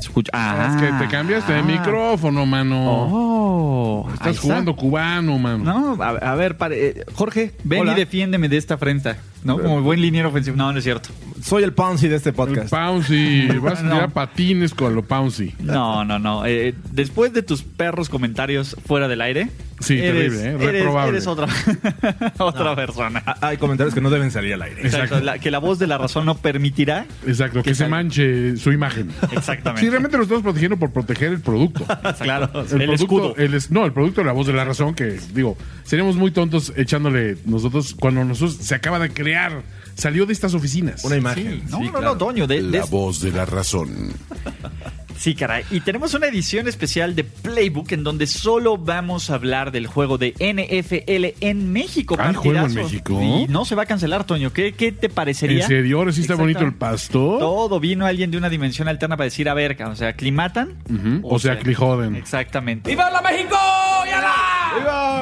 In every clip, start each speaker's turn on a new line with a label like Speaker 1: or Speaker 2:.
Speaker 1: Escucha.
Speaker 2: Es que te cambiaste de micrófono, mano.
Speaker 1: Ah. Oh, ahí
Speaker 2: Estás
Speaker 1: está.
Speaker 2: jugando cubano, mano.
Speaker 1: No, a, a ver, pare- eh, Jorge, ven
Speaker 3: Hola.
Speaker 1: y defiéndeme de esta afrenta. ¿No? Como buen liniero ofensivo. No, no es cierto.
Speaker 3: Soy el Pouncy de este podcast.
Speaker 2: Pouncy, vas a
Speaker 1: No.
Speaker 2: tirar patines con lo Pouncy.
Speaker 1: No, no, no. Eh, después de tus perros comentarios fuera del aire.
Speaker 2: Sí, terrible, ¿eh?
Speaker 1: eres-
Speaker 2: Reprobable.
Speaker 1: Eres, otra, otra persona.
Speaker 3: Hay comentarios que no deben salir al aire.
Speaker 1: Exacto, la- que la voz de la razón no permitirá.
Speaker 2: Exacto, que se
Speaker 1: tal?
Speaker 2: manche su imagen.
Speaker 1: Exactamente.
Speaker 2: Sí, realmente lo estamos protegiendo por proteger el producto.
Speaker 1: claro,
Speaker 2: El,
Speaker 1: el,
Speaker 2: producto,
Speaker 1: escudo.
Speaker 2: el es- no, el producto de la voz de la razón, que digo, seríamos muy tontos echándole nosotros cuando nosotros se acaba de crear, salió de estas oficinas.
Speaker 3: Una imagen.
Speaker 1: no,
Speaker 3: Sí,
Speaker 1: no,
Speaker 3: claro.
Speaker 1: no, Toño. de- de-
Speaker 4: La voz de la razón.
Speaker 1: Sí, caray. Y tenemos una edición especial de Playbook en donde solo vamos a hablar del juego de NFL en México.
Speaker 2: ¿Hay Ah, juego en
Speaker 1: Partidazo.
Speaker 2: México?
Speaker 1: Y no se va a cancelar, Toño. ¿Qué, qué te
Speaker 2: En
Speaker 1: parecería?
Speaker 2: serio, ahora sí está bonito el pasto.
Speaker 1: Todo vino alguien de una dimensión alterna para decir, a ver, o sea, aclimatan.
Speaker 2: Ujú, O sea, clijoden.
Speaker 1: Exactamente.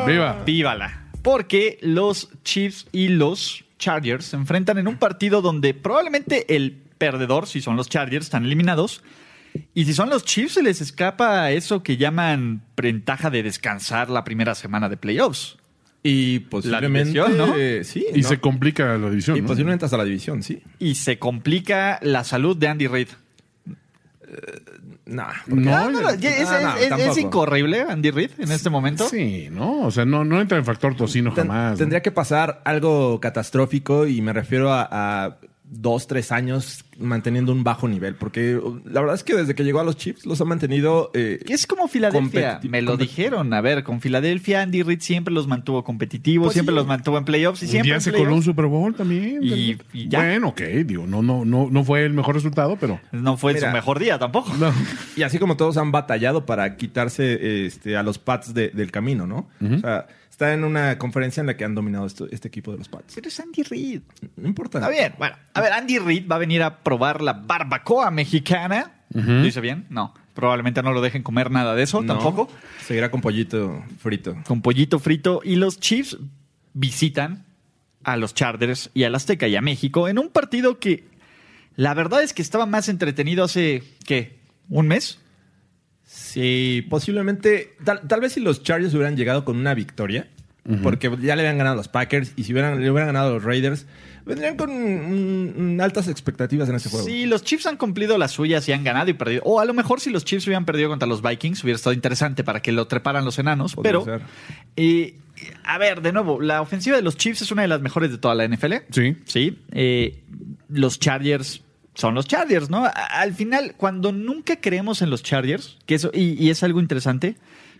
Speaker 2: Viva.
Speaker 1: Vívala. Porque los Chiefs y los Chargers se enfrentan en un partido donde probablemente el perdedor, si son los Chargers, están eliminados. Y si son los Chiefs, se les escapa eso que llaman ventaja de descansar la primera semana de playoffs.
Speaker 3: Y posiblemente.
Speaker 1: división, ¿no? pues
Speaker 3: eh, Sí.
Speaker 2: Y
Speaker 3: ¿no?
Speaker 2: se complica la división.
Speaker 3: Y
Speaker 2: ¿no?
Speaker 3: posiblemente hasta la división, sí.
Speaker 1: Y se complica la salud de Andy Reid.
Speaker 3: Nah.
Speaker 1: Ah,
Speaker 2: No,
Speaker 1: no, no, ¿Es, es-
Speaker 3: Ah, no,
Speaker 1: es- es
Speaker 3: tampoco.
Speaker 1: incorregible Andy Reid en este momento?
Speaker 2: Sí, no, o sea, no, no entra en factor tocino
Speaker 3: Ten-
Speaker 2: jamás. ¿no?
Speaker 3: Tendría que pasar algo catastrófico y me refiero a, a dos, tres años manteniendo un bajo nivel. Porque uh, la verdad es que desde que llegó a los Chips los ha mantenido. eh,
Speaker 1: Que Es como Filadelfia.
Speaker 3: Competiti-
Speaker 1: Me lo
Speaker 3: compet-
Speaker 1: dijeron. A ver, con Filadelfia, Andy Reid siempre los mantuvo competitivos,
Speaker 2: Pues
Speaker 1: siempre los mantuvo en playoffs y
Speaker 2: Un
Speaker 1: siempre.
Speaker 2: día
Speaker 1: en
Speaker 2: se coló un
Speaker 1: playoffs.
Speaker 2: Super Bowl también.
Speaker 1: Y- y ya.
Speaker 2: Bueno, ok, digo, no, no, no, no fue el mejor resultado, pero.
Speaker 1: No fue
Speaker 3: Mira.
Speaker 1: su mejor día tampoco.
Speaker 2: No.
Speaker 3: Y así como todos han batallado para quitarse este, a los Pats de- del camino, ¿no? O sea, está en una conferencia en la que han dominado esto- este equipo de los Pats.
Speaker 1: Pero es Andy Reid.
Speaker 3: No importa.
Speaker 1: Está bien. Bueno, a ver, Andy Reid va a venir a probar la barbacoa mexicana. ¿Lo hice bien? No. Probablemente no lo dejen comer nada de eso
Speaker 3: No,
Speaker 1: tampoco.
Speaker 3: Seguirá con pollito frito.
Speaker 1: Con pollito frito. Y los Chiefs visitan a los Chargers y al Azteca y a México en un partido que la verdad es que estaba más entretenido hace, ¿qué? ¿Un mes?
Speaker 3: Sí, posiblemente. Tal, tal vez si los Chargers hubieran llegado con una victoria, porque ya le habían ganado a los Packers y si hubieran, le hubieran ganado a los Raiders, vendrían con mm, mm, altas expectativas en ese juego.
Speaker 1: Sí, los Chiefs han cumplido las suyas y han ganado y perdido. O a lo mejor si los Chiefs hubieran perdido contra los Vikings hubiera estado interesante para que lo treparan los enanos.
Speaker 3: Podría
Speaker 1: pero,
Speaker 3: ser.
Speaker 1: eh, a ver, de nuevo, la ofensiva de los Chiefs es una de las mejores de toda la NFL.
Speaker 2: Sí.
Speaker 1: Sí. eh, los Chargers son los Chargers, ¿no? A- al final, cuando nunca creemos en los Chargers, que eso, y, y es algo interesante,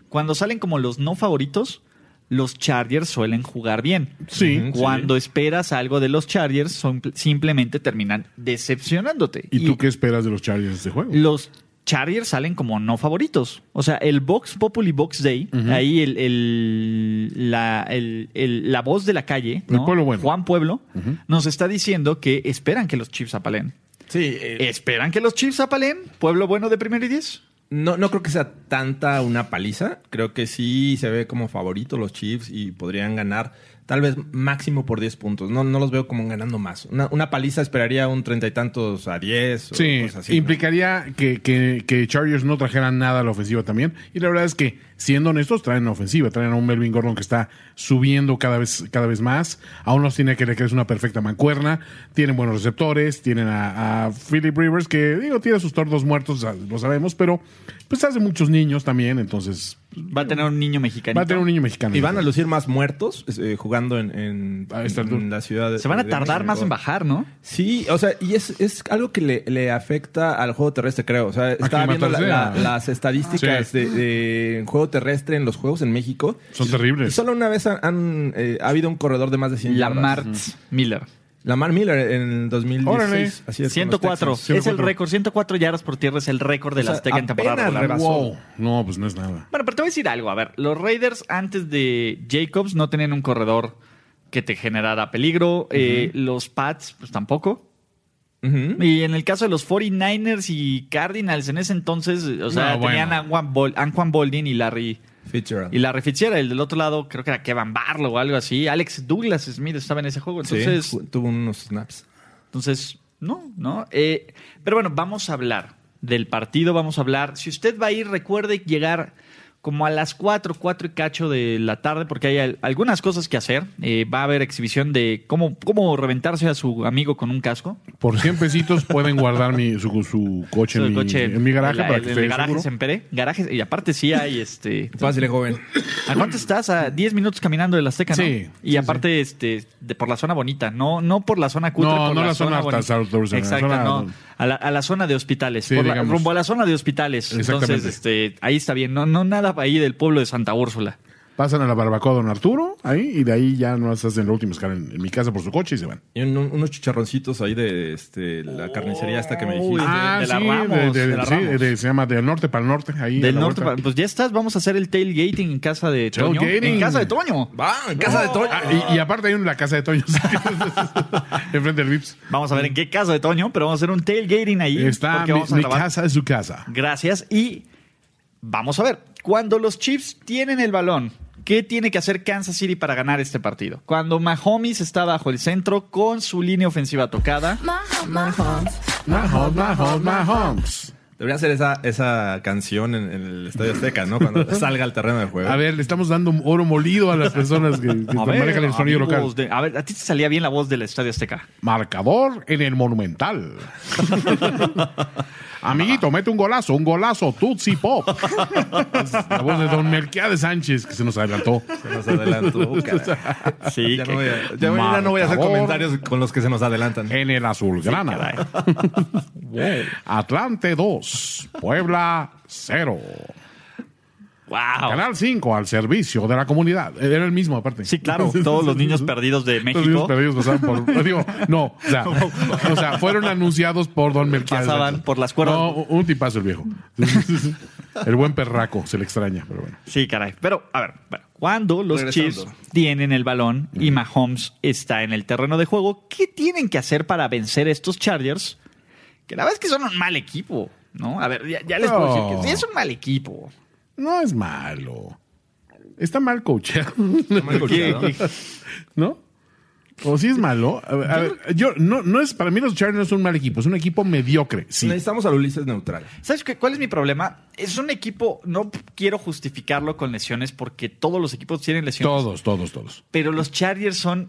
Speaker 1: cuando salen como los no favoritos, los Chargers suelen jugar bien.
Speaker 2: Sí.
Speaker 3: Ujú.
Speaker 1: Cuando esperas algo de los Chargers, son- simplemente terminan decepcionándote.
Speaker 2: ¿Y tú qué esperas de los Chargers de juego?
Speaker 1: Los Chargers salen como no favoritos. O sea, el Vox Populi Vox Day, ahí el, el- la, el- el- la voz de la calle,
Speaker 2: El
Speaker 1: ¿no?
Speaker 2: pueblo bueno.
Speaker 1: Juan Pueblo, nos está diciendo que esperan que los Chiefs apalen.
Speaker 3: Sí, eh,
Speaker 1: ¿Esperan que los Chiefs apalen? Pueblo bueno de primero y diez.
Speaker 3: no, no creo que sea tanta una paliza. Creo que sí se ve como favorito los Chiefs y podrían ganar tal vez máximo por 10 puntos. No, no los veo como ganando más. Una, una paliza esperaría un treinta y tantos a 10. o
Speaker 2: Sí,
Speaker 3: cosas así, ¿no?
Speaker 2: implicaría que, que- que Chargers no trajeran nada a la ofensiva también. Y la verdad es que siendo honestos, traen ofensiva. Traen a un Melvin Gordon que está subiendo cada vez, cada vez más. A unos tiene que le crees una perfecta mancuerna. Tienen buenos receptores. Tienen a, a Philip Rivers, que digo, tiene sus tordos muertos, lo sabemos, pero pues hace muchos niños también. Entonces,
Speaker 1: Va a tener un niño mexicano.
Speaker 2: va a tener un niño mexicano.
Speaker 3: Y van a lucir más muertos eh, jugando en, en-
Speaker 2: A esta
Speaker 3: en
Speaker 2: altura.
Speaker 3: la ciudad. de-
Speaker 1: Se van a
Speaker 3: de
Speaker 1: tardar
Speaker 3: México.
Speaker 1: más en bajar, ¿no?
Speaker 3: Sí, o sea, y es, es algo que le, le afecta al juego terrestre, creo. O sea, estaba viendo la- la-
Speaker 2: Aclimatarse a-
Speaker 3: las estadísticas
Speaker 2: Sí.
Speaker 3: de, de juego terrestre en los juegos en México.
Speaker 2: Son
Speaker 3: Y
Speaker 2: terribles.
Speaker 3: solo una vez han, han, eh, ha habido un corredor de más de 100 yardas.
Speaker 1: Lamar Miller.
Speaker 3: Lamar Miller en el 2016.
Speaker 2: Órale.
Speaker 3: Así es, con los
Speaker 1: 104.
Speaker 3: Texans.
Speaker 1: Es el récord. 104 yardas por tierra es el récord de
Speaker 3: sea,
Speaker 1: las Azteca en temporada
Speaker 3: apenas
Speaker 1: regular.
Speaker 3: rebasó.
Speaker 2: Wow. No, pues no es nada.
Speaker 1: Bueno, pero te voy a decir algo. A ver, los Raiders antes de Jacobs no tenían un corredor que te generara peligro. Eh, los Pats, pues tampoco.
Speaker 3: Ujú.
Speaker 1: Y en el caso de los 49ers y Cardinals, en ese entonces, o sea,
Speaker 2: No, bueno.
Speaker 1: tenían a Juan, Bol- a Juan Boldin y Larry,
Speaker 3: Fitzgerald.
Speaker 1: y Larry Fitzgerald. Del otro lado, creo que era Kevin Barlow o algo así. Alex Douglas Smith estaba en ese juego.
Speaker 3: Sí,
Speaker 1: Entonces,
Speaker 3: ju- tuvo unos snaps.
Speaker 1: entonces, no, no. Eh, pero bueno, vamos a hablar del partido, vamos a hablar. Si usted va a ir, recuerde llegar como a las 4, 4 y cacho de la tarde, porque hay al- algunas cosas que hacer. Eh, va a haber exhibición de cómo, cómo reventarse a su amigo con un casco.
Speaker 2: Por 100 pesitos pueden guardar mi, su, su coche, en,
Speaker 1: Su
Speaker 2: mi,
Speaker 1: coche
Speaker 2: en mi garaje
Speaker 1: la-
Speaker 2: para
Speaker 1: el-
Speaker 2: que
Speaker 1: el
Speaker 2: esté
Speaker 1: garaje
Speaker 2: seguro.
Speaker 1: Semperé. Garajes, y aparte sí hay este.
Speaker 3: Pásale, joven.
Speaker 1: ¿A cuánto estás? A 10 minutos caminando de la Azteca, ¿no?
Speaker 2: Sí,
Speaker 1: Y
Speaker 2: sí,
Speaker 1: aparte, este, de por la zona bonita, no, no por la zona cutre,
Speaker 2: No,
Speaker 1: por
Speaker 2: no la zona
Speaker 1: bonita.
Speaker 2: hasta Salvador, la
Speaker 1: Exacto,
Speaker 2: zona-
Speaker 1: no. A la, a la zona de hospitales.
Speaker 2: Sí,
Speaker 1: por la-
Speaker 2: digamos.
Speaker 1: rumbo a la zona de hospitales. Entonces,
Speaker 2: Exactamente.
Speaker 1: este, ahí está bien. No, no nada ahí del pueblo de Santa Úrsula.
Speaker 2: Pasan a la barbacoa Don Arturo, ahí, y de ahí ya no hacen la última escala en, en mi casa por su coche y se van.
Speaker 3: Y un- un- unos chicharroncitos ahí de este, la carnicería hasta que me dijiste.
Speaker 1: Ah, de la Ramos,
Speaker 2: de-
Speaker 1: de la
Speaker 2: sí,
Speaker 1: Ramos.
Speaker 2: de- se llama del norte para el norte, ahí. a
Speaker 1: Del
Speaker 2: la
Speaker 1: norte,
Speaker 2: vuelta.
Speaker 1: pa- pues ya estás, vamos a hacer el tailgating en casa de Toño. En
Speaker 2: Tailgating.
Speaker 1: casa de Toño.
Speaker 3: Va, en casa de Toño.
Speaker 2: Ah, y, y aparte hay una en la casa de Toño, enfrente del Vips.
Speaker 1: Vamos a ver en qué casa de Toño, pero vamos a hacer un tailgating ahí.
Speaker 2: Está
Speaker 1: porque
Speaker 2: mi,
Speaker 1: vamos a
Speaker 2: mi
Speaker 1: grabar.
Speaker 2: casa es su casa.
Speaker 1: Gracias. Y vamos a ver, cuando los Chiefs tienen el balón, ¿qué tiene que hacer Kansas City para ganar este partido? Cuando Mahomes está bajo el centro con su línea ofensiva tocada.
Speaker 2: Mahomes, Mahomes, Mahomes.
Speaker 3: Debería ser esa, esa canción en, en el Estadio Azteca, ¿no? Cuando salga al terreno de juego.
Speaker 2: A ver, le estamos dando oro molido a las personas que, que
Speaker 1: A ver,
Speaker 2: manejan el sonido
Speaker 1: amigos
Speaker 2: local.
Speaker 1: de- a ver, a ti te salía bien la voz del Estadio Azteca.
Speaker 2: Marcador en el Monumental. Amiguito, mete un golazo, un golazo, Tutsi Pop. Es la voz de Don Melquiades Sánchez, que se nos adelantó.
Speaker 3: Se nos adelantó, caray.
Speaker 1: Sí,
Speaker 3: Ya
Speaker 1: que-
Speaker 3: no voy a, ya mañana no voy a hacer
Speaker 2: Marcador.
Speaker 3: comentarios con los que se nos adelantan.
Speaker 2: En el
Speaker 1: caray.
Speaker 2: Azulgrana. Atlante 2, Puebla 0.
Speaker 1: Wow.
Speaker 2: Canal 5, al servicio de la comunidad. Eh, Era el mismo, aparte.
Speaker 1: Sí, claro, todos los niños perdidos de
Speaker 2: Los niños
Speaker 1: México
Speaker 2: perdidos pasaban por. digo, no, o sea, o sea, fueron anunciados por Don Melquiades.
Speaker 1: pasaban
Speaker 2: Sánchez.
Speaker 1: por las cuerdas.
Speaker 2: No, un tipazo el viejo. El buen perraco, se le extraña, pero bueno.
Speaker 1: Sí, caray. Pero, a ver, bueno, cuando los
Speaker 3: Regresando.
Speaker 1: Chiefs tienen el balón y Mahomes está en el terreno de juego, ¿qué tienen que hacer para vencer a estos Chargers? Que la verdad es que son un mal equipo, ¿no? A ver, ya, ya les puedo decir
Speaker 2: No.
Speaker 1: que sí es un mal equipo.
Speaker 2: No es malo. Está mal coacheado, ¿no? O si es malo. A ver, a ver, yo, no, no es, para mí los Chargers no es un mal equipo, es un equipo mediocre. Sí.
Speaker 3: Necesitamos al Ulises neutral.
Speaker 1: ¿Sabes qué, cuál es mi problema? Es un equipo, no quiero justificarlo con lesiones porque todos los equipos tienen lesiones.
Speaker 2: Todos, todos, todos.
Speaker 1: Pero los Chargers son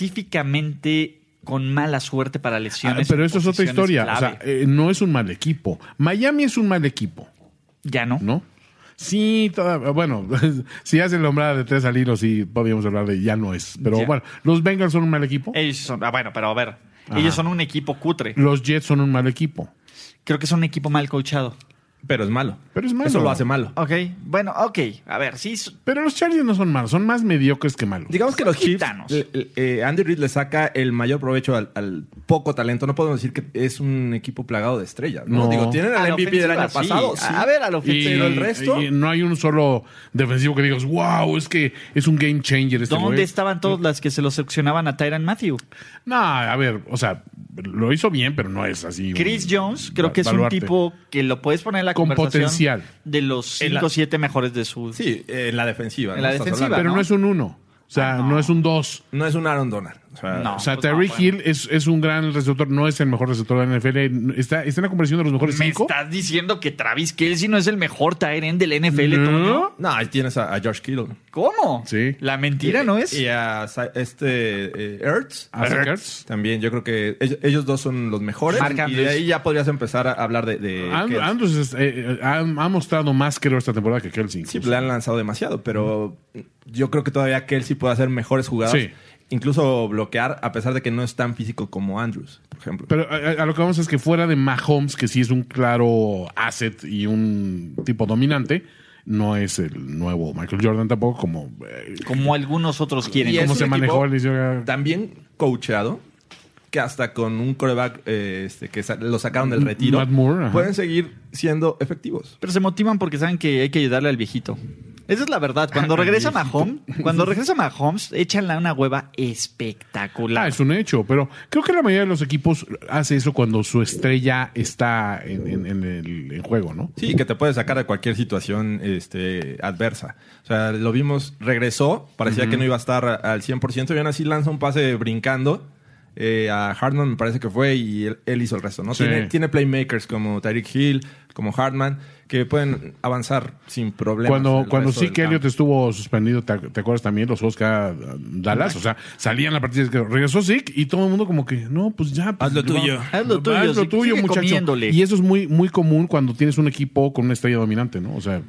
Speaker 1: específicamente con mala suerte para lesiones.
Speaker 2: Ah, pero eso es otra
Speaker 1: posiciones
Speaker 2: historia. O
Speaker 1: clave.
Speaker 2: sea, eh, no es un mal equipo. Miami es un mal equipo,
Speaker 1: ya no.
Speaker 2: ¿no? Sí, todavía- bueno, si hacen la hombrada de tres al hilo, sí podríamos hablar de ya no es. Pero
Speaker 1: Ya.
Speaker 2: bueno, los Bengals son un mal equipo,
Speaker 1: Ellos son, ah, bueno, pero a ver, ellos son un equipo cutre.
Speaker 2: los Jets son un mal equipo.
Speaker 1: Creo que son un equipo mal coachado.
Speaker 3: Pero es malo. Ah,
Speaker 2: Pero es malo.
Speaker 3: Eso lo hace malo.
Speaker 1: Ok, bueno, ok, a ver, sí, so-
Speaker 2: Pero los Chargers no son malos, son más mediocres que malos.
Speaker 3: Digamos que los Chiefs,
Speaker 1: Gitanos.
Speaker 3: eh, eh, Andy Reid le saca el mayor provecho al, al poco talento. No podemos decir que es un equipo plagado de estrellas. No,
Speaker 2: No.
Speaker 3: digo, tienen
Speaker 1: A
Speaker 3: al
Speaker 1: la
Speaker 3: MVP del año
Speaker 1: ofensiva, sí.
Speaker 3: pasado.
Speaker 1: A ver, a la ofensiva.
Speaker 3: Pero el resto.
Speaker 2: y no hay un solo defensivo que digas, wow, es que es un game changer este
Speaker 1: ¿dónde
Speaker 2: güey".
Speaker 1: estaban todas las que se lo seccionaban a Tyran Matthew?
Speaker 2: No, a ver, o sea, lo hizo bien, pero no es así. un-
Speaker 1: Chris Jones creo que es
Speaker 2: baluarte.
Speaker 1: un tipo que lo puedes poner en la
Speaker 2: Con
Speaker 1: conversación
Speaker 2: potencial.
Speaker 1: de los
Speaker 3: En la-
Speaker 1: 5 o 7 mejores de su...
Speaker 3: Sí, en la defensiva.
Speaker 1: En la
Speaker 3: Estás
Speaker 1: defensiva.
Speaker 3: hablando.
Speaker 2: Pero no,
Speaker 1: ¿no?
Speaker 2: es un uno. O sea, no. es un 2.
Speaker 3: No es un Aaron Donald. O sea,
Speaker 1: No.
Speaker 2: O sea,
Speaker 1: pues
Speaker 2: Terry
Speaker 1: no, bueno.
Speaker 2: Hill es, es un gran receptor, no es el mejor receptor de la NFL. Está, está en la conversación de los mejores
Speaker 1: ¿Me
Speaker 2: 5.
Speaker 1: estás diciendo que Travis Kelsey no es el mejor tight end del NFL, Toño?
Speaker 2: No.
Speaker 3: No, ahí tienes a, a George Kittle.
Speaker 1: ¿Cómo?
Speaker 2: Sí.
Speaker 1: La mentira no es.
Speaker 3: Y a Sa- este eh, Ertz.
Speaker 2: A Zach Ertz.
Speaker 3: También, yo creo que ellos, ellos dos son los mejores.
Speaker 1: Mark
Speaker 3: y
Speaker 1: Andrews.
Speaker 3: de ahí ya podrías empezar a hablar de. de
Speaker 2: And-
Speaker 3: que-
Speaker 2: Andrews es- eh, eh, ha, ha mostrado más que esta temporada que Kelsey.
Speaker 3: Sí,
Speaker 1: pues
Speaker 2: incluso.
Speaker 3: le han lanzado demasiado, pero yo creo que todavía Kelsey puede hacer mejores jugadas.
Speaker 2: Sí.
Speaker 3: Incluso bloquear, a pesar de que no es tan físico como Andrews, por ejemplo.
Speaker 2: Pero a, a- a lo que vamos es que fuera de Mahomes, que sí es un claro asset y un tipo dominante, no es el nuevo Michael Jordan tampoco, como, eh,
Speaker 1: Como algunos otros quieren.
Speaker 3: Y
Speaker 2: como
Speaker 3: es
Speaker 2: se
Speaker 3: un
Speaker 2: manejó
Speaker 3: equipo
Speaker 2: el inicio. eh,
Speaker 3: También coachado, que hasta con un coreback eh, este, que sa- lo sacaron del retiro,
Speaker 2: Matt Moore, ajá.
Speaker 3: pueden seguir siendo efectivos.
Speaker 1: Pero se motivan porque saben que hay que ayudarle al viejito. Esa es la verdad. Cuando regresa Mahomes, cuando regresa Mahomes, échanle una hueva espectacular.
Speaker 2: Ah, es un hecho, pero creo que la mayoría de los equipos hace eso cuando su estrella está en, en- en el en juego, ¿no?
Speaker 3: Sí, que te puede sacar de cualquier situación este, adversa. O sea, lo vimos, regresó, parecía que no iba a estar al 100% y aún así lanza un pase brincando. eh, a Hartman me parece que fue y él, él hizo el resto, ¿no?
Speaker 2: Sí.
Speaker 3: Tiene, tiene playmakers como Tyreek Hill, como Hartman, que pueden avanzar sin problemas.
Speaker 2: Cuando,
Speaker 3: el
Speaker 2: cuando
Speaker 3: resto
Speaker 2: sí
Speaker 3: del
Speaker 2: que Elliot
Speaker 3: campo.
Speaker 2: estuvo suspendido, ¿te, ac- te acuerdas también los Oscar ah, Dallas? O sea, salían la partida, que regresó Zeke y todo el mundo como que, no, pues ya. pues,
Speaker 3: Haz lo
Speaker 2: vamos-
Speaker 3: tuyo.
Speaker 1: Haz lo tuyo,
Speaker 2: Haz lo
Speaker 1: Zeke,
Speaker 2: tuyo,
Speaker 1: sigue
Speaker 2: muchacho.
Speaker 1: comiéndole.
Speaker 2: Y eso es muy, muy común cuando tienes un equipo con una estrella dominante, ¿no? O sea,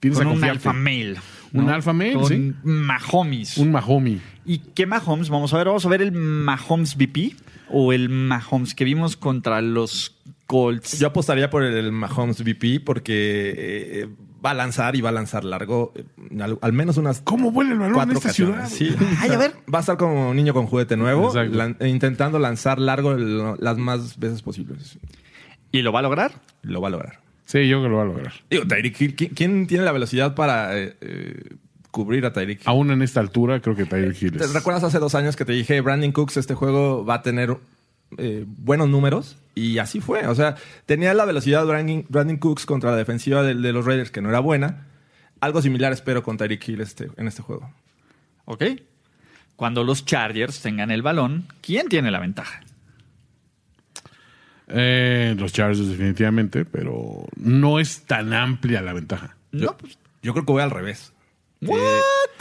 Speaker 2: tienes
Speaker 1: con
Speaker 2: a
Speaker 1: un
Speaker 2: confiarte.
Speaker 1: alfa male.
Speaker 2: Un alfa male,
Speaker 1: Con
Speaker 2: sí.
Speaker 1: Mahomes.
Speaker 2: Un Mahomes.
Speaker 1: ¿Y qué Mahomes? Vamos a ver, vamos a ver el Mahomes VP o el Mahomes que vimos contra los Colts.
Speaker 3: Yo apostaría por el Mahomes VP porque eh, va a lanzar y va a lanzar largo, eh, al, al menos unas
Speaker 2: ¿Cómo vuela el balón en
Speaker 3: cuatro
Speaker 2: esta ciudad?
Speaker 3: ocasiones. Sí.
Speaker 1: Ay, a ver.
Speaker 3: Va a estar como un niño con juguete nuevo,
Speaker 2: Exacto.
Speaker 3: lan- e intentando lanzar largo el- las más veces posibles.
Speaker 1: ¿Y lo va a lograr?
Speaker 3: Lo va a lograr.
Speaker 2: Sí, yo creo que lo va a lograr.
Speaker 3: Digo, Tyreek Hill, ¿qui- ¿quién tiene la velocidad para eh, eh, cubrir a Tyreek Hill?
Speaker 2: Aún en esta altura, creo que Tyreek Hill
Speaker 3: ¿Te
Speaker 2: es-
Speaker 3: recuerdas hace dos años que te dije, Brandon Cooks, este juego va a tener eh, buenos números? Y así fue. O sea, tenía la velocidad Brandon, Brandon Cooks contra la defensiva del- de, los Raiders, que no era buena. Algo similar espero con Tyreek Hill este, en este juego.
Speaker 1: ¿Ok? Cuando los Chargers tengan el balón, ¿quién tiene la ventaja?
Speaker 2: Eh, los Chargers definitivamente, pero no es tan amplia la ventaja.
Speaker 1: No, pues,
Speaker 3: Yo creo que voy al revés.
Speaker 1: ¿What?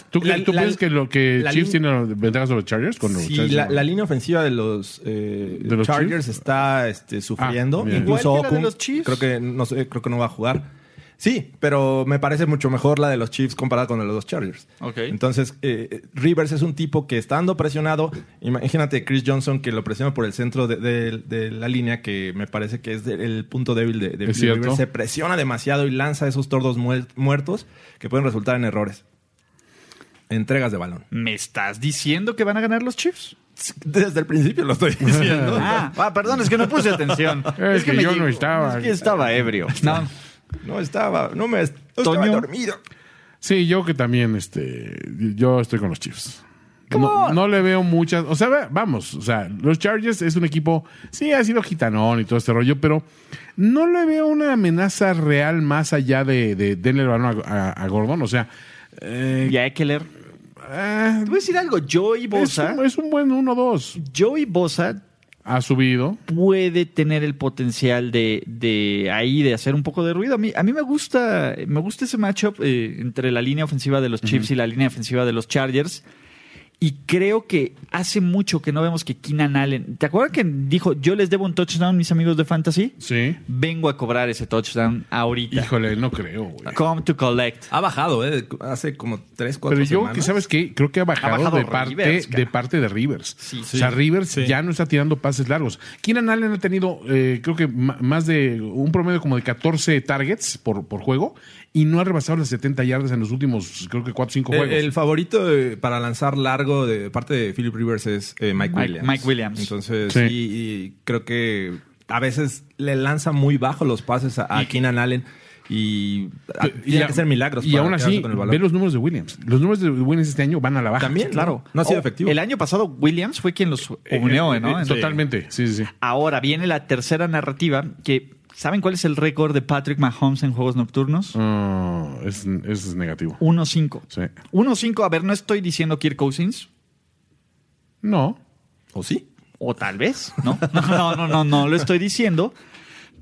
Speaker 2: ¿Tú,
Speaker 3: La-
Speaker 2: cre- tú
Speaker 3: la-
Speaker 2: piensas que lo que
Speaker 3: la
Speaker 2: Chiefs
Speaker 3: lin-
Speaker 2: tiene ventajas sobre Chargers? Con los
Speaker 3: Sí,
Speaker 2: Chargers,
Speaker 3: la,
Speaker 2: no?
Speaker 3: la línea ofensiva de los, eh,
Speaker 2: ¿De los
Speaker 3: Chargers
Speaker 2: Chiefs? Ah,
Speaker 3: está este, sufriendo.
Speaker 2: mira.
Speaker 3: Incluso
Speaker 1: Igual que la de
Speaker 3: Okung,
Speaker 1: los Chiefs.
Speaker 3: creo que no sé, creo que no va a jugar. Sí, pero me parece mucho mejor la de los Chiefs comparada con la de los Chargers.
Speaker 1: Ok.
Speaker 3: Entonces, eh, Rivers es un tipo que estando presionado, imagínate Chris Johnson que lo presiona por el centro de, de- de la línea, que me parece que es de- el punto débil de, de
Speaker 2: Es
Speaker 3: Philip
Speaker 2: cierto.
Speaker 3: Rivers. Se presiona demasiado y lanza esos tordos muer- muertos que pueden resultar en errores. Entregas de balón.
Speaker 1: ¿Me estás diciendo que van a ganar los Chiefs?
Speaker 3: Desde el principio lo estoy diciendo.
Speaker 1: Ah, ah, perdón, es que no puse atención.
Speaker 2: Es que yo
Speaker 1: llegó-
Speaker 2: no estaba.
Speaker 1: Es que estaba ebrio. No,
Speaker 3: No estaba, no me est- no
Speaker 1: Toño.
Speaker 3: estaba dormido.
Speaker 2: Sí, yo que también, este, yo estoy con los Chiefs.
Speaker 1: ¿Cómo?
Speaker 2: No, no le veo muchas, o sea, ve- vamos, o sea, los Chargers es un equipo, sí, ha sido gitanón y todo este rollo, pero no le veo una amenaza real más allá de, de denle el balón a, a- a Gordon, o sea, eh,
Speaker 1: y a Eckler. Te
Speaker 2: eh,
Speaker 1: voy a decir algo. Joey
Speaker 2: es,
Speaker 1: Bosa.
Speaker 2: un, es un buen 1-2.
Speaker 1: Joey Bosa
Speaker 2: Ha subido.
Speaker 1: puede tener el potencial de, de ahí de hacer un poco de ruido. A mí, a mí me gusta, me gusta ese matchup eh, entre la línea ofensiva de los Chiefs y la línea ofensiva de los Chargers. Y creo que hace mucho que no vemos que Keenan Allen. ¿Te acuerdas que dijo yo les debo un touchdown, mis amigos de Fantasy?
Speaker 2: Sí.
Speaker 1: Vengo a cobrar ese touchdown ahorita.
Speaker 2: Híjole, no creo, güey.
Speaker 1: Come to collect.
Speaker 3: Ha bajado, ¿eh? Hace como 3, 4
Speaker 2: Pero
Speaker 3: semanas.
Speaker 2: yo, que ¿sabes qué? Creo que ha bajado,
Speaker 1: bajado
Speaker 2: de, parte,
Speaker 1: Rivers, cara.
Speaker 2: de parte de Rivers.
Speaker 1: Sí.
Speaker 2: O sea,
Speaker 3: Sí.
Speaker 2: Rivers
Speaker 3: Sí.
Speaker 2: ya no está tirando pases largos. Keenan Allen ha tenido, eh, creo que ma- más de un promedio como de 14 targets por, por juego y no ha rebasado las 70 yardas en los últimos, creo que 4 o 5
Speaker 3: Eh,
Speaker 2: juegos.
Speaker 3: El favorito eh, para lanzar largo de parte de Philip Rivers es eh, Mike,
Speaker 1: Mike-
Speaker 3: Williams.
Speaker 1: Mike Williams.
Speaker 3: Entonces,
Speaker 2: Sí.
Speaker 3: sí, y creo que a veces le lanza muy bajo los pases a, a Keenan Allen y, a-
Speaker 2: Pe-
Speaker 3: tienen
Speaker 2: a-
Speaker 3: que ser milagros.
Speaker 2: Y
Speaker 3: para
Speaker 2: aún
Speaker 3: quedarse
Speaker 2: así,
Speaker 3: con el balón.
Speaker 2: ve los números de Williams. Los números de Williams este año van a la baja.
Speaker 3: También,
Speaker 1: Claro.
Speaker 3: claro. No ha sido
Speaker 1: Oh,
Speaker 3: efectivo.
Speaker 1: El año pasado Williams fue quien los
Speaker 2: Eh,
Speaker 1: unió,
Speaker 2: eh,
Speaker 1: ¿no?
Speaker 2: eh,
Speaker 1: En-
Speaker 2: Totalmente, sí, sí, sí.
Speaker 1: Ahora viene la tercera narrativa que ¿Saben cuál es el récord de Patrick Mahomes en juegos nocturnos?
Speaker 2: Ah, es, eso es negativo.
Speaker 1: 1-5.
Speaker 2: Sí.
Speaker 1: 1-5, a ver, no estoy diciendo Kirk Cousins.
Speaker 2: No.
Speaker 3: ¿O sí?
Speaker 1: O tal vez, ¿no? No, no, no, no, no lo estoy diciendo.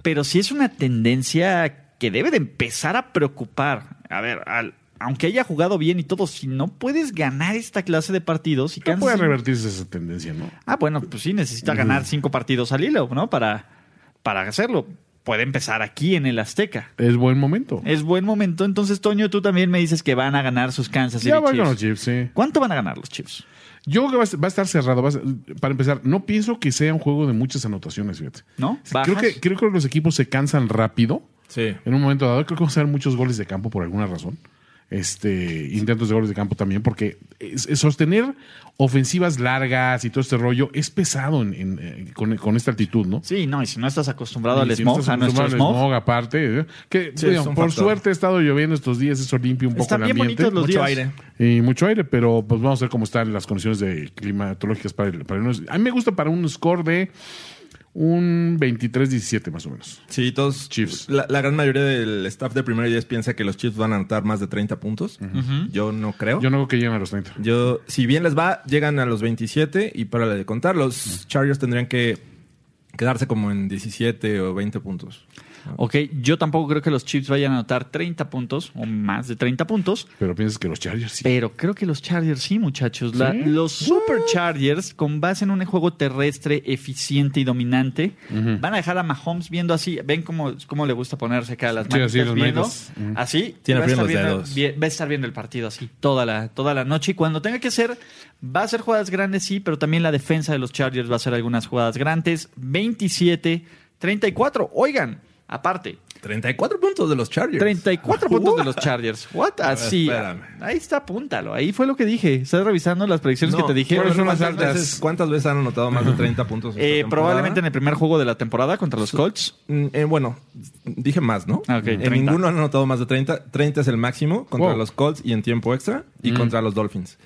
Speaker 1: Pero sí es una tendencia que debe de empezar a preocupar. A ver, al- aunque haya jugado bien y todo, si no puedes ganar esta clase de partidos y
Speaker 2: No
Speaker 1: Kansas
Speaker 2: puede
Speaker 1: City-
Speaker 2: revertirse esa tendencia, ¿no?
Speaker 1: Ah, bueno, pues sí, necesita ganar cinco partidos al hilo, ¿no? Para, para hacerlo. Puede empezar aquí en el Azteca.
Speaker 2: Es buen momento.
Speaker 1: Es buen momento. Entonces, Toño, tú también me dices que van a ganar sus Kansas City
Speaker 2: Ya van
Speaker 1: Chiefs.
Speaker 2: con los Chiefs, sí.
Speaker 1: ¿Cuánto van a ganar los Chiefs?
Speaker 2: Yo creo que va a ser- va a estar cerrado. va a ser- para empezar, no pienso que sea un juego de muchas anotaciones, fíjate.
Speaker 1: ¿No?
Speaker 2: Creo
Speaker 1: ¿Bajas?
Speaker 2: que, creo que los equipos se cansan rápido.
Speaker 3: Sí.
Speaker 2: En un momento dado, creo que vamos a ver muchos goles de campo por alguna razón. Este, intentos de goles de campo también, porque es- es sostener ofensivas largas y todo este rollo es pesado en- en- eh, con, con esta altitud, ¿no?
Speaker 1: Sí, no, y si no estás acostumbrado
Speaker 2: Y
Speaker 1: al
Speaker 2: si
Speaker 1: smog,
Speaker 2: estás
Speaker 1: a nuestro
Speaker 2: acostumbrado al
Speaker 1: smog,
Speaker 2: smog aparte, eh, que
Speaker 3: Sí, es
Speaker 2: digamos,
Speaker 3: un
Speaker 2: por
Speaker 3: factor.
Speaker 2: suerte ha estado lloviendo estos días, eso limpia un poco
Speaker 1: están
Speaker 2: el
Speaker 1: bien
Speaker 2: ambiente.
Speaker 1: bonitos los
Speaker 3: Mucho
Speaker 1: días.
Speaker 3: aire.
Speaker 2: Y mucho aire, pero pues vamos a ver cómo están las condiciones de climatológicas para el, para el lunes. A mí me gusta para un score de un 23-17 más o menos.
Speaker 3: Sí, todos.
Speaker 2: Chiefs.
Speaker 3: La, la gran mayoría del staff de primer 10 piensa que los Chiefs van a anotar más de 30 puntos. Yo no creo.
Speaker 2: Yo no creo que lleguen a los 30.
Speaker 3: Yo, si bien les va, llegan a los 27 y para la de contar, los Chargers tendrían que quedarse como en 17 o 20 puntos.
Speaker 1: Ok, yo tampoco creo que los Chiefs vayan a anotar 30 puntos o más de 30 puntos.
Speaker 2: Pero piensas que los Chargers sí.
Speaker 1: Pero creo que los Chargers sí, muchachos. La-
Speaker 2: ¿Sí?
Speaker 1: Los Super Chargers, con base en un juego terrestre eficiente y dominante, van a dejar a Mahomes viendo así. ¿Ven cómo, cómo le gusta ponerse acá las
Speaker 2: Sí,
Speaker 1: manos?
Speaker 2: así,
Speaker 1: ¿Estás
Speaker 2: las
Speaker 1: viendo?
Speaker 2: manitas. Ujú.
Speaker 1: Así.
Speaker 3: Tiene
Speaker 1: va a, estar
Speaker 3: frío en los
Speaker 1: viendo,
Speaker 3: dedos.
Speaker 1: vi- va a estar viendo el partido así toda la, toda la noche. Y cuando tenga que ser, va a ser jugadas grandes, sí, pero también la defensa de los Chargers va a ser algunas jugadas grandes. 27, 34. Oigan, aparte,
Speaker 3: 34 puntos de los Chargers.
Speaker 1: 34 puntos de los Chargers. What? Así.
Speaker 3: espérame.
Speaker 1: Ahí está, apúntalo. Ahí fue lo que dije. ¿Estás revisando las predicciones
Speaker 3: No,
Speaker 1: que te dije?
Speaker 3: ¿cuáles son las
Speaker 1: Eh,
Speaker 3: altas? Veces, ¿Cuántas veces han anotado más de 30 puntos? esta temporada?
Speaker 1: probablemente en el primer juego de la temporada contra los Colts.
Speaker 3: Mm, eh, bueno, dije más, ¿no?
Speaker 1: Ah, ok,
Speaker 3: En
Speaker 1: 30.
Speaker 3: ninguno han anotado más de 30. 30 es el máximo contra
Speaker 2: Wow.
Speaker 3: los Colts y en tiempo extra
Speaker 1: Mm.
Speaker 3: y contra los Dolphins.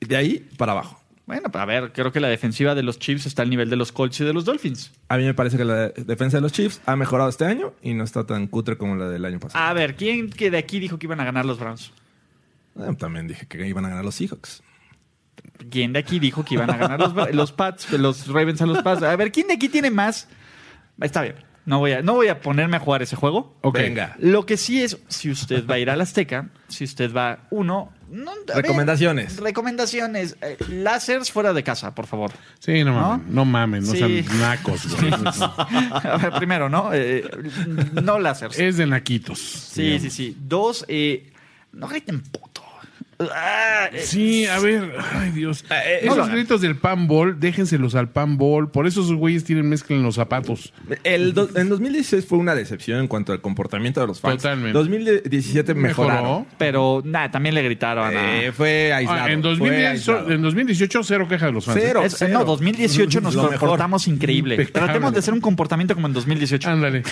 Speaker 3: De ahí para abajo.
Speaker 1: Bueno, a ver, creo que la defensiva de los Chiefs está al nivel de los Colts y de los Dolphins.
Speaker 3: A mí me parece que la defensa de los Chiefs ha mejorado este año y no está tan cutre como la del año pasado.
Speaker 1: A ver, ¿quién que de aquí dijo que iban a ganar los Browns?
Speaker 3: Eh, también dije que iban a ganar los Seahawks.
Speaker 1: ¿Quién de aquí dijo que iban a ganar los, Bra- los Pats, los Ravens a los Pats? A ver, ¿quién de aquí tiene más? Está bien. No voy a, no voy a ponerme a jugar ese juego.
Speaker 2: Ok.
Speaker 3: Venga.
Speaker 1: Lo que sí es, si usted va a ir al Azteca, si usted va uno, no, a ver,
Speaker 3: Recomendaciones.
Speaker 1: recomendaciones. Eh, lásers fuera de casa, por favor.
Speaker 2: Sí, no mames. No, mames, no
Speaker 1: Sí.
Speaker 2: sean nacos, güey.
Speaker 1: A ver, primero, ¿no? Eh, no lásers.
Speaker 3: Eh,
Speaker 2: es de naquitos.
Speaker 1: sí, sí, sí. Dos, eh, no griten puto. Ah, eh,
Speaker 2: Sí, a ver, ay Dios.
Speaker 1: eh, no
Speaker 2: Esos
Speaker 1: lo hagan.
Speaker 2: gritos del pan bol, déjenselos al pan bol. Por eso esos güeyes tienen mezcla en los zapatos.
Speaker 3: El do- en 2016 fue una decepción en cuanto al comportamiento de los fans.
Speaker 2: Totalmente.
Speaker 3: 2017 mejoraron.
Speaker 1: pero nada, también le gritaron. a-
Speaker 3: Eh, fue aislado.
Speaker 2: Ah, en,
Speaker 3: fue
Speaker 2: 2010
Speaker 3: aislado.
Speaker 2: en 2018, cero queja de los fans. ¿eh?
Speaker 3: Cero.
Speaker 1: Es- no, 2018 nos
Speaker 3: Lo mejor.
Speaker 1: comportamos increíble.
Speaker 2: Impecable.
Speaker 1: Tratemos de hacer un comportamiento como en 2018.
Speaker 2: Ándale.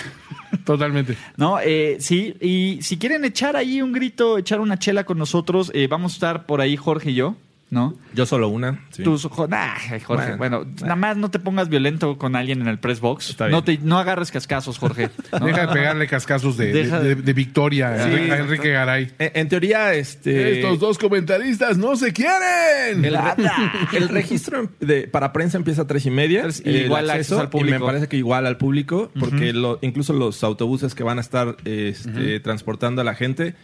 Speaker 2: Totalmente.
Speaker 1: No, eh, sí, y si quieren echar ahí un grito, echar una chela con nosotros, eh, vamos a estar por ahí Jorge y yo, ¿no?
Speaker 3: Yo solo una. sí.
Speaker 1: Tú, jo- nah, Jorge, bueno,
Speaker 3: Bueno.
Speaker 1: nada más no te pongas violento con alguien en el press box.
Speaker 3: Está bien.
Speaker 1: No, te, no agarres cascazos, Jorge. ¿no?
Speaker 2: Deja de pegarle cascazos de,
Speaker 1: Deja de-
Speaker 2: de- de- de victoria a
Speaker 3: Sí.
Speaker 2: Enrique- a Enrique Garay.
Speaker 3: En, en teoría, este.
Speaker 2: Estos dos comentaristas no se quieren.
Speaker 3: El, re- el registro en- de- para prensa empieza a tres y media.
Speaker 1: Tres- y
Speaker 3: el
Speaker 1: igual acceso al
Speaker 3: Y
Speaker 1: público.
Speaker 3: me parece que igual al público, porque lo- incluso los autobuses que van a estar este, transportando a la gente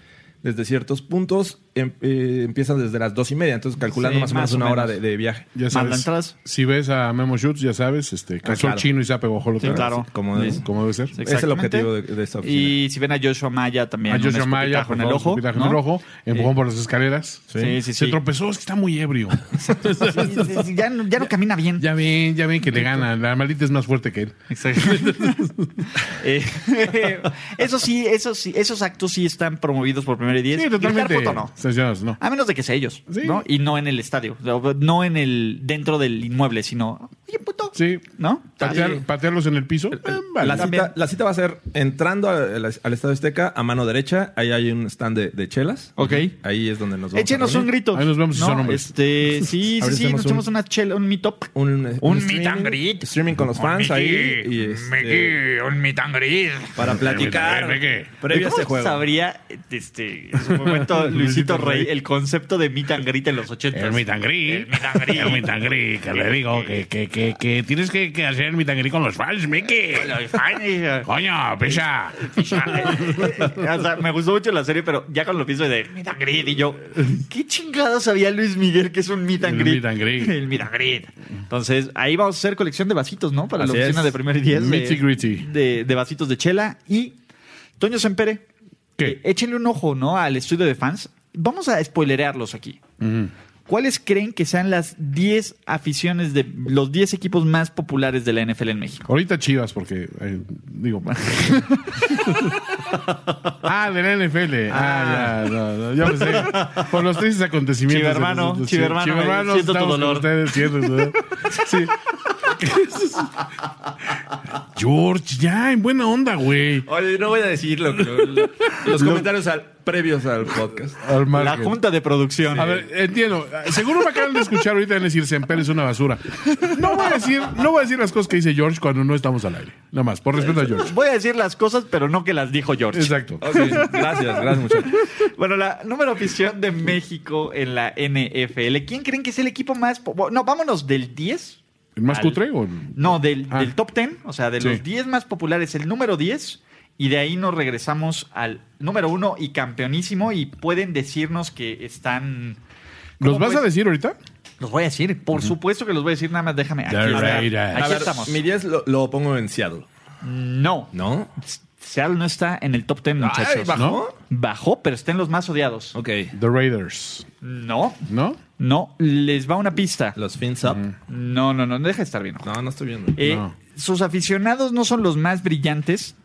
Speaker 3: desde ciertos puntos em- eh, empiezan desde las dos y media. Entonces, calculando
Speaker 1: Sí,
Speaker 3: más o menos
Speaker 1: más o
Speaker 3: una hora de,
Speaker 1: menos.
Speaker 3: de viaje.
Speaker 2: Ya
Speaker 1: Más
Speaker 2: sabes.
Speaker 1: atrás.
Speaker 2: Si ves a Memo Schutz, ya sabes, este, calzó el
Speaker 3: claro.
Speaker 2: chino y se pegó
Speaker 1: Ah, Sí, claro.
Speaker 3: como de-
Speaker 1: Sí.
Speaker 2: Como debe ser.
Speaker 3: Es el
Speaker 1: Exactamente.
Speaker 3: objetivo de, de esta oficina.
Speaker 1: Y si ven a Joshua Maya también.
Speaker 2: A
Speaker 1: un
Speaker 2: Joshua Maya,
Speaker 1: escupitajo
Speaker 2: por
Speaker 1: en el
Speaker 2: favor,
Speaker 1: ojo.
Speaker 2: escupitajo en
Speaker 1: ¿no?
Speaker 2: el ojo, empujón por las escaleras.
Speaker 1: Sí, sí,
Speaker 2: Se
Speaker 1: sí.
Speaker 2: tropezó, es que está muy ebrio.
Speaker 1: Sí, sí, sí, ya, no- ya no camina bien.
Speaker 2: Ya ven, ya ven que le gana. La maldita es más fuerte que él.
Speaker 1: Exactamente. Eh, eso sí, eso sí, esos actos sí están promovidos por primera y diez.
Speaker 2: Sí,
Speaker 1: Gritar
Speaker 2: totalmente.
Speaker 1: foto no.
Speaker 2: sancionados, no.
Speaker 1: A menos de que sea ellos,
Speaker 2: Sí.
Speaker 1: ¿no? Y no en el estadio, o no en el dentro del inmueble, sino, oye, puto,
Speaker 2: Sí.
Speaker 1: ¿no?
Speaker 2: Patear- patearlos en el piso. eh, vale.
Speaker 3: La cita, la cita va a ser entrando al, al Estadio Azteca a mano derecha. Ahí hay un stand de, de chelas.
Speaker 1: Ok.
Speaker 3: Ahí es donde nos vamos.
Speaker 1: Échenos
Speaker 3: a
Speaker 1: un
Speaker 3: reunir.
Speaker 1: grito.
Speaker 2: Ahí nos vemos si
Speaker 1: No,
Speaker 2: son hombres.
Speaker 1: Este, sí, sí,
Speaker 3: Ahorita
Speaker 1: sí, nos
Speaker 3: hacemos un-
Speaker 1: echamos una chela, un meet up.
Speaker 3: Un,
Speaker 1: Un meet
Speaker 3: streaming,
Speaker 1: and greet.
Speaker 3: streaming con los fans ahí. y, este,
Speaker 1: un meet and greet.
Speaker 3: para platicar previo a este
Speaker 1: ¿Cómo
Speaker 3: juego.
Speaker 1: sabría este, en su momento Luisito Rey el concepto de meet and greet en los 80?
Speaker 5: El mitangrí. El mitangrí. El mitangrí. Que le digo que, que, que, que tienes que, que hacer el mitangrí con los fans, Mickey. Coño, pisa.
Speaker 1: O sea, me gustó mucho la serie, pero ya cuando lo pienso de meet and greet y yo, ¿qué chingados sabía Luis Miguel que es un meet and
Speaker 5: El
Speaker 1: greet?
Speaker 5: meet and greet.
Speaker 1: El meet and greet. Entonces, ahí vamos a hacer colección de vasitos, ¿no? Para
Speaker 3: Así
Speaker 1: la oficina
Speaker 3: es.
Speaker 1: de primer y diez.
Speaker 2: Meaty
Speaker 1: de-
Speaker 2: gritty.
Speaker 1: De, de vasitos de chela y Toño Sempere. eh, Échenle un ojo, ¿no? Al estudio de fans. Vamos a spoilerearlos aquí. ¿Cuáles creen que sean las 10 aficiones de los 10 equipos más populares de la NFL en México?
Speaker 2: Ahorita Chivas, porque eh, digo. ah, de la NFL. Ah, ya, no, no, ya pensé. Por los tristes acontecimientos.
Speaker 1: Chivermano,
Speaker 2: de los-
Speaker 1: Chivermano, eh,
Speaker 2: Chivermanos,
Speaker 1: siento tu
Speaker 2: estamos con
Speaker 1: dolor.
Speaker 2: ustedes, siento tu dolor. Sí. George, ya, en buena onda, güey.
Speaker 3: Oye, no voy a decir lo que- lo- los comentarios al- previos al podcast.
Speaker 2: Al
Speaker 1: La
Speaker 2: margen.
Speaker 1: junta de producción.
Speaker 2: A ver, entiendo. Seguro me acaban de escuchar ahorita y van a decir Semper es una basura. No voy a decir, no voy a decir las cosas que dice George cuando no estamos al aire. Nada más, por respeto a George.
Speaker 1: Voy a decir las cosas, pero no que las dijo George.
Speaker 2: Exacto.
Speaker 3: Ok, gracias, gracias muchachos.
Speaker 1: Bueno, la número afición de México en la NFL. ¿Quién creen que es el equipo más... po- No, vámonos del 10.
Speaker 2: ¿El más
Speaker 1: Al-
Speaker 2: cutre o el-
Speaker 1: No, del,
Speaker 2: Ah.
Speaker 1: del top 10. O sea, de
Speaker 2: Sí.
Speaker 1: los 10 más populares, el número 10. Y de ahí nos regresamos al número 1 y campeonísimo. Y pueden decirnos que están... ¿Cómo
Speaker 2: ¿Los vas
Speaker 1: pues?
Speaker 2: a decir ahorita?
Speaker 1: Los voy a decir. Por supuesto que los voy a decir. Nada más déjame. Aquí,
Speaker 2: The
Speaker 1: está.
Speaker 2: Raiders.
Speaker 1: Aquí
Speaker 3: A ver,
Speaker 1: estamos.
Speaker 3: mi 10 lo, lo pongo en Seattle.
Speaker 1: No.
Speaker 3: ¿No?
Speaker 1: Seattle no está en el top 10, muchachos.
Speaker 3: Ay, ¿bajó?
Speaker 1: Bajó, pero está en los más odiados.
Speaker 3: Ok.
Speaker 2: The Raiders,
Speaker 1: No.
Speaker 2: ¿no?
Speaker 1: No, les va una pista.
Speaker 3: Los fins up.
Speaker 1: No, no, no, deja de estar bien. ojo.
Speaker 3: No, no estoy viendo.
Speaker 1: Eh,
Speaker 2: No.
Speaker 1: Sus aficionados no son los más brillantes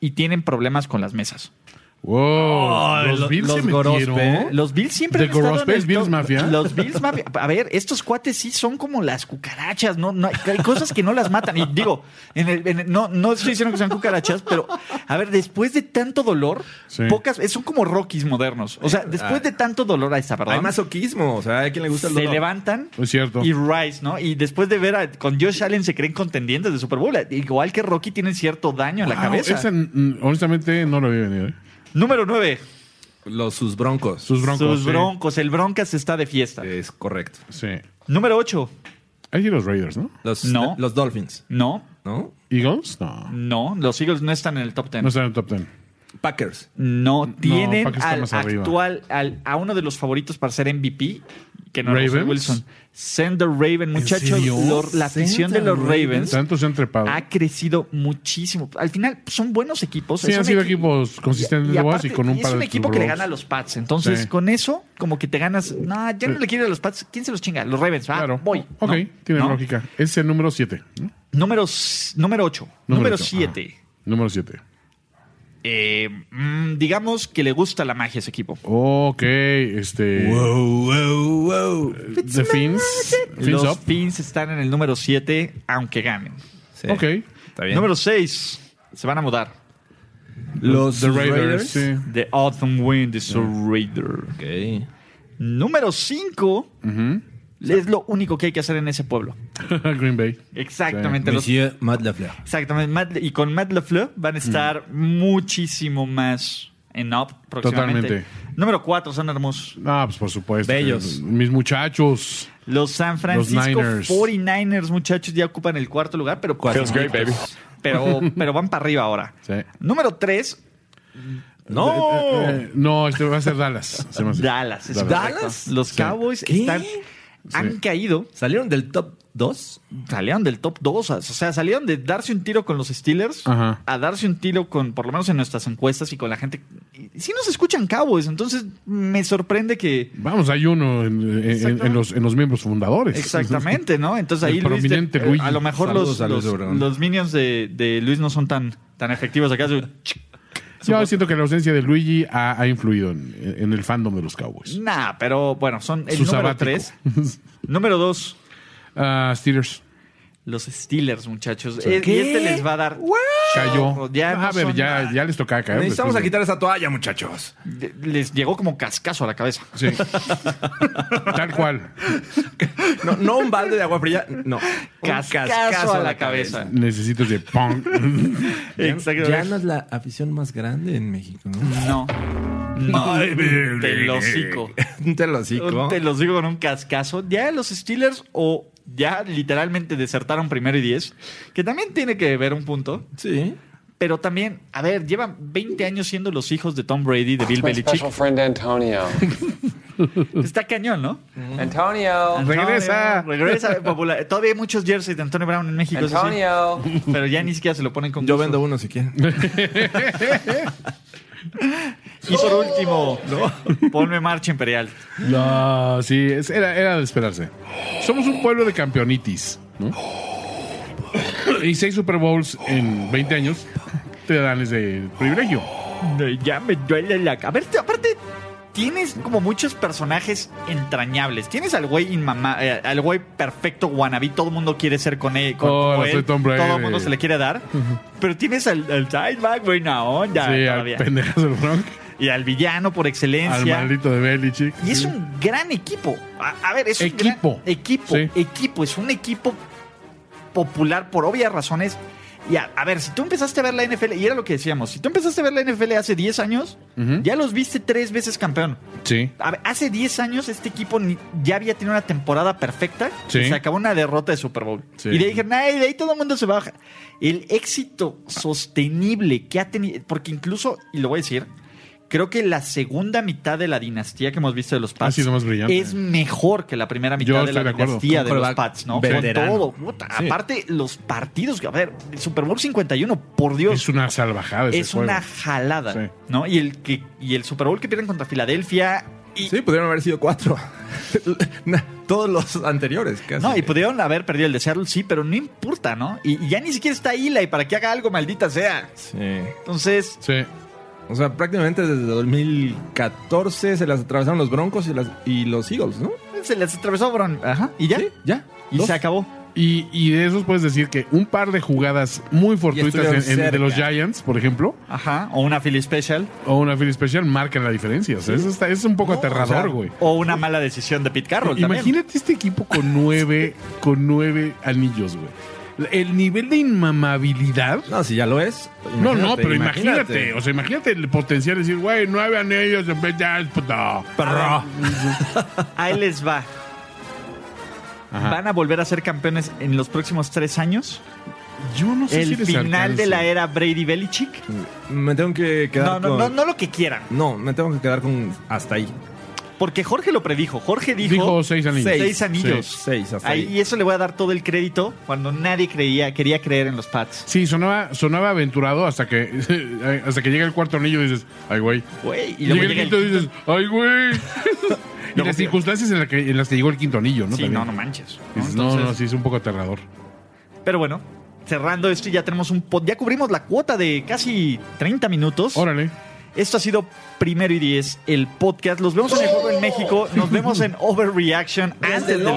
Speaker 1: y tienen problemas con las mesas.
Speaker 2: Wow, los
Speaker 3: lo-
Speaker 2: Bills
Speaker 3: los
Speaker 2: se metieron.
Speaker 3: Gorospe.
Speaker 1: Los Bills siempre
Speaker 2: ¿The
Speaker 1: han estado en
Speaker 2: Gorospes
Speaker 1: el
Speaker 2: Bills
Speaker 1: top-
Speaker 2: Mafia?
Speaker 1: Los Bills Mafia. A ver, estos cuates sí son como las cucarachas, ¿no? no hay, hay cosas que no las matan. Y digo, en el- en el- no, no estoy diciendo que sean cucarachas, pero a ver, después de tanto dolor,
Speaker 2: Sí.
Speaker 1: pocas. Son como Rockies modernos. O sea, después de tanto dolor, ahí está,
Speaker 3: Eh, ah. Hay
Speaker 1: perdón.
Speaker 3: masoquismo. O sea, ¿a quién le gusta el
Speaker 1: se
Speaker 3: dolor?
Speaker 1: levantan
Speaker 2: Es cierto.
Speaker 1: y Rice, ¿no? Y después de ver a, con Josh Allen se creen contendientes de Super Bowl. Igual que Rocky tienen cierto daño en la
Speaker 2: Wow,
Speaker 1: cabeza.
Speaker 2: esa, mm, honestamente, no lo había venido. ¿eh?
Speaker 1: Número 9.
Speaker 3: Los sus broncos.
Speaker 2: Sus broncos.
Speaker 1: Sus
Speaker 2: sí.
Speaker 1: broncos. El Broncas está de fiesta.
Speaker 3: Es correcto.
Speaker 2: Sí.
Speaker 1: Número 8.
Speaker 2: Ahí sí los Raiders, ¿no?
Speaker 3: Los,
Speaker 1: No.
Speaker 3: los Dolphins.
Speaker 1: No,
Speaker 3: ¿No?
Speaker 2: Eagles, no.
Speaker 1: no. Los Eagles no están en el top 10.
Speaker 2: No
Speaker 1: No,
Speaker 2: están en el top ten.
Speaker 3: Packers.
Speaker 1: tienen
Speaker 2: Packers está
Speaker 1: al
Speaker 2: más arriba.
Speaker 1: actual, al- a uno de los favoritos para ser MVP, que no es
Speaker 2: ¿Ravens?
Speaker 1: Wilson. Sender Raven, muchachos.
Speaker 2: serio?
Speaker 1: lo- la afición de
Speaker 3: ¿Sender
Speaker 1: los
Speaker 3: Ravens?
Speaker 1: Ravens
Speaker 2: Tantos se han trepado.
Speaker 1: ha crecido muchísimo. Al final son buenos equipos.
Speaker 2: Sí,
Speaker 1: Es
Speaker 2: han
Speaker 1: un
Speaker 2: sido
Speaker 1: equi-
Speaker 2: equipos consistentes
Speaker 1: Y
Speaker 2: de
Speaker 1: aparte,
Speaker 2: y con un
Speaker 1: es
Speaker 2: par
Speaker 1: un
Speaker 2: de
Speaker 1: equipo
Speaker 2: Super
Speaker 1: que le
Speaker 2: Bowls.
Speaker 1: gana a los Pats. Entonces,
Speaker 2: Sí.
Speaker 1: con eso, como que te ganas. No, yo no le quiero ir a los Pats. ¿Quién se los chinga? Los Ravens. Ah,
Speaker 2: Claro.
Speaker 1: voy.
Speaker 2: Ok,
Speaker 1: ¿no?
Speaker 2: tiene
Speaker 1: ¿no?
Speaker 2: lógica. Es el número 7.
Speaker 1: Número, s- número 8. Número 7.
Speaker 2: Número 7.
Speaker 1: mm, digamos que le gusta la magia a ese equipo.
Speaker 2: Ok, este. The Fins. Fins
Speaker 1: los
Speaker 2: Up.
Speaker 1: Pins están en el número 7, aunque ganen.
Speaker 3: Sí.
Speaker 2: Ok.
Speaker 3: Está bien.
Speaker 1: Número 6. Se van a mudar.
Speaker 3: los
Speaker 2: The
Speaker 3: sus
Speaker 2: Raiders. sí.
Speaker 1: The Autumn Wind is a Raider.
Speaker 3: Ok.
Speaker 1: Número 5 es lo único que hay que hacer en ese pueblo.
Speaker 2: Green Bay.
Speaker 1: Exactamente. los-
Speaker 3: Monsieur Matt Lafleur.
Speaker 1: exactamente. Matt- y con Matt LeFleur van a estar muchísimo más en up próximamente.
Speaker 2: Totalmente.
Speaker 1: Número 4 son hermosos.
Speaker 2: Ah, pues por supuesto.
Speaker 3: Bellos.
Speaker 2: Eh, Mis muchachos.
Speaker 1: Los San Francisco
Speaker 2: Niners.
Speaker 1: 49ers, muchachos, ya ocupan el cuarto lugar, pero Pero, pero van para arriba ahora.
Speaker 2: Sí.
Speaker 1: Número 3, Oh.
Speaker 3: No.
Speaker 2: Eh, no, este va a ser Dallas. se me hace.
Speaker 1: Dallas. es
Speaker 3: Dallas.
Speaker 1: correcto.
Speaker 3: ¿Dallas?
Speaker 1: Los
Speaker 3: Sí.
Speaker 1: Cowboys
Speaker 3: ¿Qué?
Speaker 1: están. Han caído,
Speaker 3: ¿Salieron del top 2?
Speaker 1: salieron del top 2, o sea, salieron de darse un tiro con los Steelers
Speaker 2: Ajá.
Speaker 1: a darse un tiro con, por lo menos en nuestras encuestas y con la gente. Si nos escuchan Cowboys, entonces me sorprende que.
Speaker 2: Vamos, hay uno en, en- en- en los, en los miembros fundadores.
Speaker 1: Exactamente, ¿no? Entonces ahí
Speaker 2: El
Speaker 1: Luis,
Speaker 2: prominente
Speaker 1: eh,
Speaker 2: Luigi.
Speaker 1: a lo mejor
Speaker 3: Saludos
Speaker 1: los,
Speaker 3: a Luis
Speaker 1: los,
Speaker 3: Obregón.
Speaker 1: los minions de, de Luis no son tan, tan efectivos acá. Su-
Speaker 2: Yo siento que la ausencia de Luigi ha, ha influido en, en el fandom de los Cowboys.
Speaker 1: Nah, pero bueno, son el
Speaker 2: Su
Speaker 1: número
Speaker 2: sabático.
Speaker 1: 3. Número 2,
Speaker 2: Ah, Steelers.
Speaker 1: Los Steelers, muchachos. Eh,
Speaker 3: ¿Qué?
Speaker 1: Y este les va a dar.
Speaker 2: Cayó.
Speaker 1: Ya no
Speaker 2: a ver,
Speaker 1: son
Speaker 2: ya,
Speaker 1: nada.
Speaker 2: ya les toca caer.
Speaker 3: Necesitamos a
Speaker 2: después de-
Speaker 3: quitar esa toalla, muchachos.
Speaker 1: de- Les llegó como cascazo a la cabeza.
Speaker 2: Sí. Tal cual.
Speaker 3: No, no un balde de agua fría, no. Un
Speaker 1: Cascazo, a la cabeza.
Speaker 2: Necesito de pong.
Speaker 1: Exacto.
Speaker 3: Ya no es la afición más grande en México.
Speaker 1: No.
Speaker 3: ¿no?
Speaker 1: No. Te lo hocico.
Speaker 3: Te lo hocico.
Speaker 1: Te los digo con un cascazo. Ya los Steelers o ya literalmente desertaron primero y 10, que también tiene que ver un punto.
Speaker 3: Sí.
Speaker 1: Pero también, a ver, llevan 20 años siendo los hijos de Tom Brady, de Bill
Speaker 3: Pues,
Speaker 6: My
Speaker 1: Belichick.
Speaker 6: special friend Antonio.
Speaker 1: Está cañón, ¿no?
Speaker 6: Antonio.
Speaker 1: Antonio,
Speaker 2: Regresa.
Speaker 1: Regresa. popular. Todavía hay muchos jerseys de Antonio Brown en México, eso sí.
Speaker 6: Antonio.
Speaker 1: Pero ya ni siquiera se lo ponen con
Speaker 3: Yo
Speaker 1: gusto.
Speaker 3: vendo uno si quieren.
Speaker 1: Y por último, ponme marcha imperial.
Speaker 2: No, sí, es- era, era de esperarse. Somos un pueblo de campeonitis, ¿no? Y seis Super Bowls en 20 años te dan ese privilegio.
Speaker 1: Ya me duele la cabeza. A ver, te- aparte, tienes como muchos personajes entrañables. Tienes al güey inmama- eh, al güey perfecto wannabe. Todo el mundo quiere ser con él. Con,
Speaker 2: Oh,
Speaker 1: como
Speaker 2: soy
Speaker 1: él.
Speaker 2: Tom Brady.
Speaker 1: Todo el mundo se le quiere dar. Pero tienes al, al sideback, buena onda.
Speaker 2: sí, al
Speaker 1: todavía.
Speaker 2: pendejas del Bronx,
Speaker 1: y al villano por
Speaker 2: al
Speaker 1: excelencia.
Speaker 2: maldito de Belichick.
Speaker 1: y es
Speaker 2: Sí.
Speaker 1: un gran equipo. A, a ver, es un
Speaker 2: Equipo.
Speaker 1: gran equipo.
Speaker 2: Sí.
Speaker 1: Equipo. Es un equipo popular por obvias razones. Y a, a ver, si tú empezaste a ver la NFL, y era lo que decíamos, si tú empezaste a ver la NFL hace 10 años, ya los viste tres veces campeón.
Speaker 2: Sí,
Speaker 1: A ver, hace 10 años este equipo ni- ya había tenido una temporada perfecta
Speaker 2: Sí.
Speaker 1: y se acabó una derrota de Super Bowl.
Speaker 2: Sí.
Speaker 1: Y de ahí dijeron, "Ay, de ahí todo el mundo se baja. El éxito sostenible que ha tenido, porque incluso, y lo voy a decir, creo que la segunda mitad de la dinastía que hemos visto de los Pats
Speaker 2: sido más brillante.
Speaker 1: es mejor que la primera
Speaker 2: Yo
Speaker 1: mitad de la
Speaker 2: estoy de acuerdo.
Speaker 1: dinastía
Speaker 3: Un
Speaker 1: de los
Speaker 3: quarterback
Speaker 1: Pats, ¿no?
Speaker 3: veterano.
Speaker 1: Con todo. puta,
Speaker 3: Sí.
Speaker 1: Aparte, los partidos, que- a ver, el Super Bowl 51, por Dios
Speaker 2: es una salvajada ese
Speaker 1: es
Speaker 2: juego.
Speaker 1: una jalada,
Speaker 2: Sí.
Speaker 1: ¿no? Y el que y el Super Bowl que pierden contra Filadelfia y
Speaker 3: Sí, pudieron haber sido cuatro. Na- Todos los anteriores, casi.
Speaker 1: no, y pudieron haber perdido el de Seattle, sí, pero no importa, ¿no? Y, y ya ni siquiera está Eli para que haga algo, maldita sea.
Speaker 3: Sí.
Speaker 1: Entonces,
Speaker 2: Sí,
Speaker 3: O sea, prácticamente desde 2014 se las atravesaron los Broncos y, las, y los Eagles, ¿no?
Speaker 1: se les atravesó Bron. Ajá, y ya.
Speaker 3: Sí, ya.
Speaker 1: Y
Speaker 3: Dos.
Speaker 1: se acabó.
Speaker 2: Y, y de esos puedes decir que un par de jugadas muy fortuitas
Speaker 3: estuvieron
Speaker 2: en- en- de los
Speaker 3: cerca.
Speaker 2: Giants, por ejemplo,
Speaker 1: Ajá, o una Philly Special,
Speaker 2: o una Philly Special, marcan la diferencia. O sea, eso está- es un poco
Speaker 3: No, o sea,
Speaker 2: aterrador, güey.
Speaker 1: o una mala decisión de Pete Carroll también.
Speaker 2: Imagínate este equipo con nueve, con nueve anillos, güey. El nivel de inmamabilidad.
Speaker 3: No, si ya lo es.
Speaker 2: No, no, pero imagínate, O sea, imagínate el potencial de decir, güey, nueve anillos en vez de puta. Perro.
Speaker 1: Ahí les va. Van a volver a ser campeones en los próximos tres años.
Speaker 2: Yo no sé si
Speaker 1: el
Speaker 2: les
Speaker 1: final de
Speaker 2: alcance.
Speaker 1: la era Brady Belichick.
Speaker 3: Me tengo que
Speaker 1: No,
Speaker 3: quedar
Speaker 1: no,
Speaker 3: con...
Speaker 1: no, no lo que quieran.
Speaker 3: No, me tengo que quedar con hasta ahí.
Speaker 1: Porque Jorge lo predijo. Jorge dijo,
Speaker 2: Dijo seis anillos.
Speaker 1: seis,
Speaker 3: Seis.
Speaker 1: anillos.
Speaker 3: Seis, seis, hasta
Speaker 1: Ahí-
Speaker 3: ahí.
Speaker 1: Y eso le voy a dar todo el crédito cuando nadie creía, quería creer en los Pats.
Speaker 2: Sí, sonaba, sonaba aventurado hasta que hasta que llega el cuarto anillo y dices, ay, güey.
Speaker 1: Güey, y
Speaker 2: Y llega
Speaker 1: luego
Speaker 2: el
Speaker 1: llega el-
Speaker 2: quinto y dices, ay, güey. y
Speaker 1: Luego-
Speaker 2: las circunstancias en, la que- en las que llegó el quinto anillo, ¿no?
Speaker 1: Sí,
Speaker 2: También.
Speaker 1: no, no manches. ¿no?
Speaker 2: Dices, no, no,
Speaker 1: Entonces-
Speaker 2: sí, es un poco aterrador.
Speaker 1: Pero bueno, cerrando esto, ya tenemos un pod- ya cubrimos la cuota de casi 30 minutos.
Speaker 2: Órale.
Speaker 1: Esto ha sido Primero y Diez, el podcast. Los vemos en el juego en México. Nos vemos en Overreaction antes del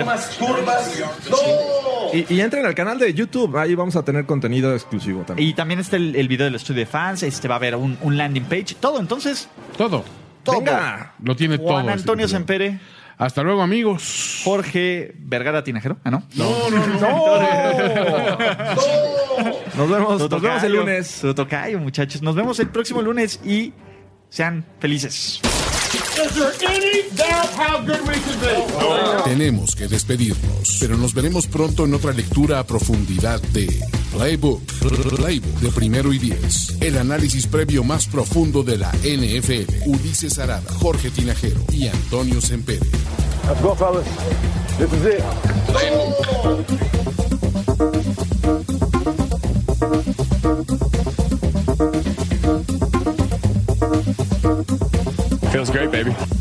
Speaker 3: Y, y entren al canal de YouTube, ahí vamos a tener contenido exclusivo también.
Speaker 1: Y también está el, el video del estudio de fans. Este va a haber un, un landing page. Todo, entonces,
Speaker 2: Todo.
Speaker 3: ¡Venga!
Speaker 2: Lo tiene todo.
Speaker 1: Juan
Speaker 2: este
Speaker 1: Antonio
Speaker 2: episodio.
Speaker 1: Sempere,
Speaker 2: Hasta luego, amigos.
Speaker 1: Jorge Vergara Tinajero. Ah, no.
Speaker 2: No, no, no.
Speaker 3: Nos vemos,
Speaker 1: Su
Speaker 3: nos vemos el
Speaker 1: tocayo,
Speaker 3: lunes.
Speaker 1: su tocayo, muchachos. Nos vemos el próximo lunes y sean felices.
Speaker 7: Is there any doubt how good we can be?
Speaker 4: Tenemos que despedirnos, pero nos veremos pronto en otra lectura a profundidad de Playbook, Playbook de primero y diez. El análisis previo más profundo de la NFL. Ulises Arada, Jorge Tinajero y Antonio Sempere.
Speaker 7: Let's go, fellas. This is it.
Speaker 8: Feels great, baby.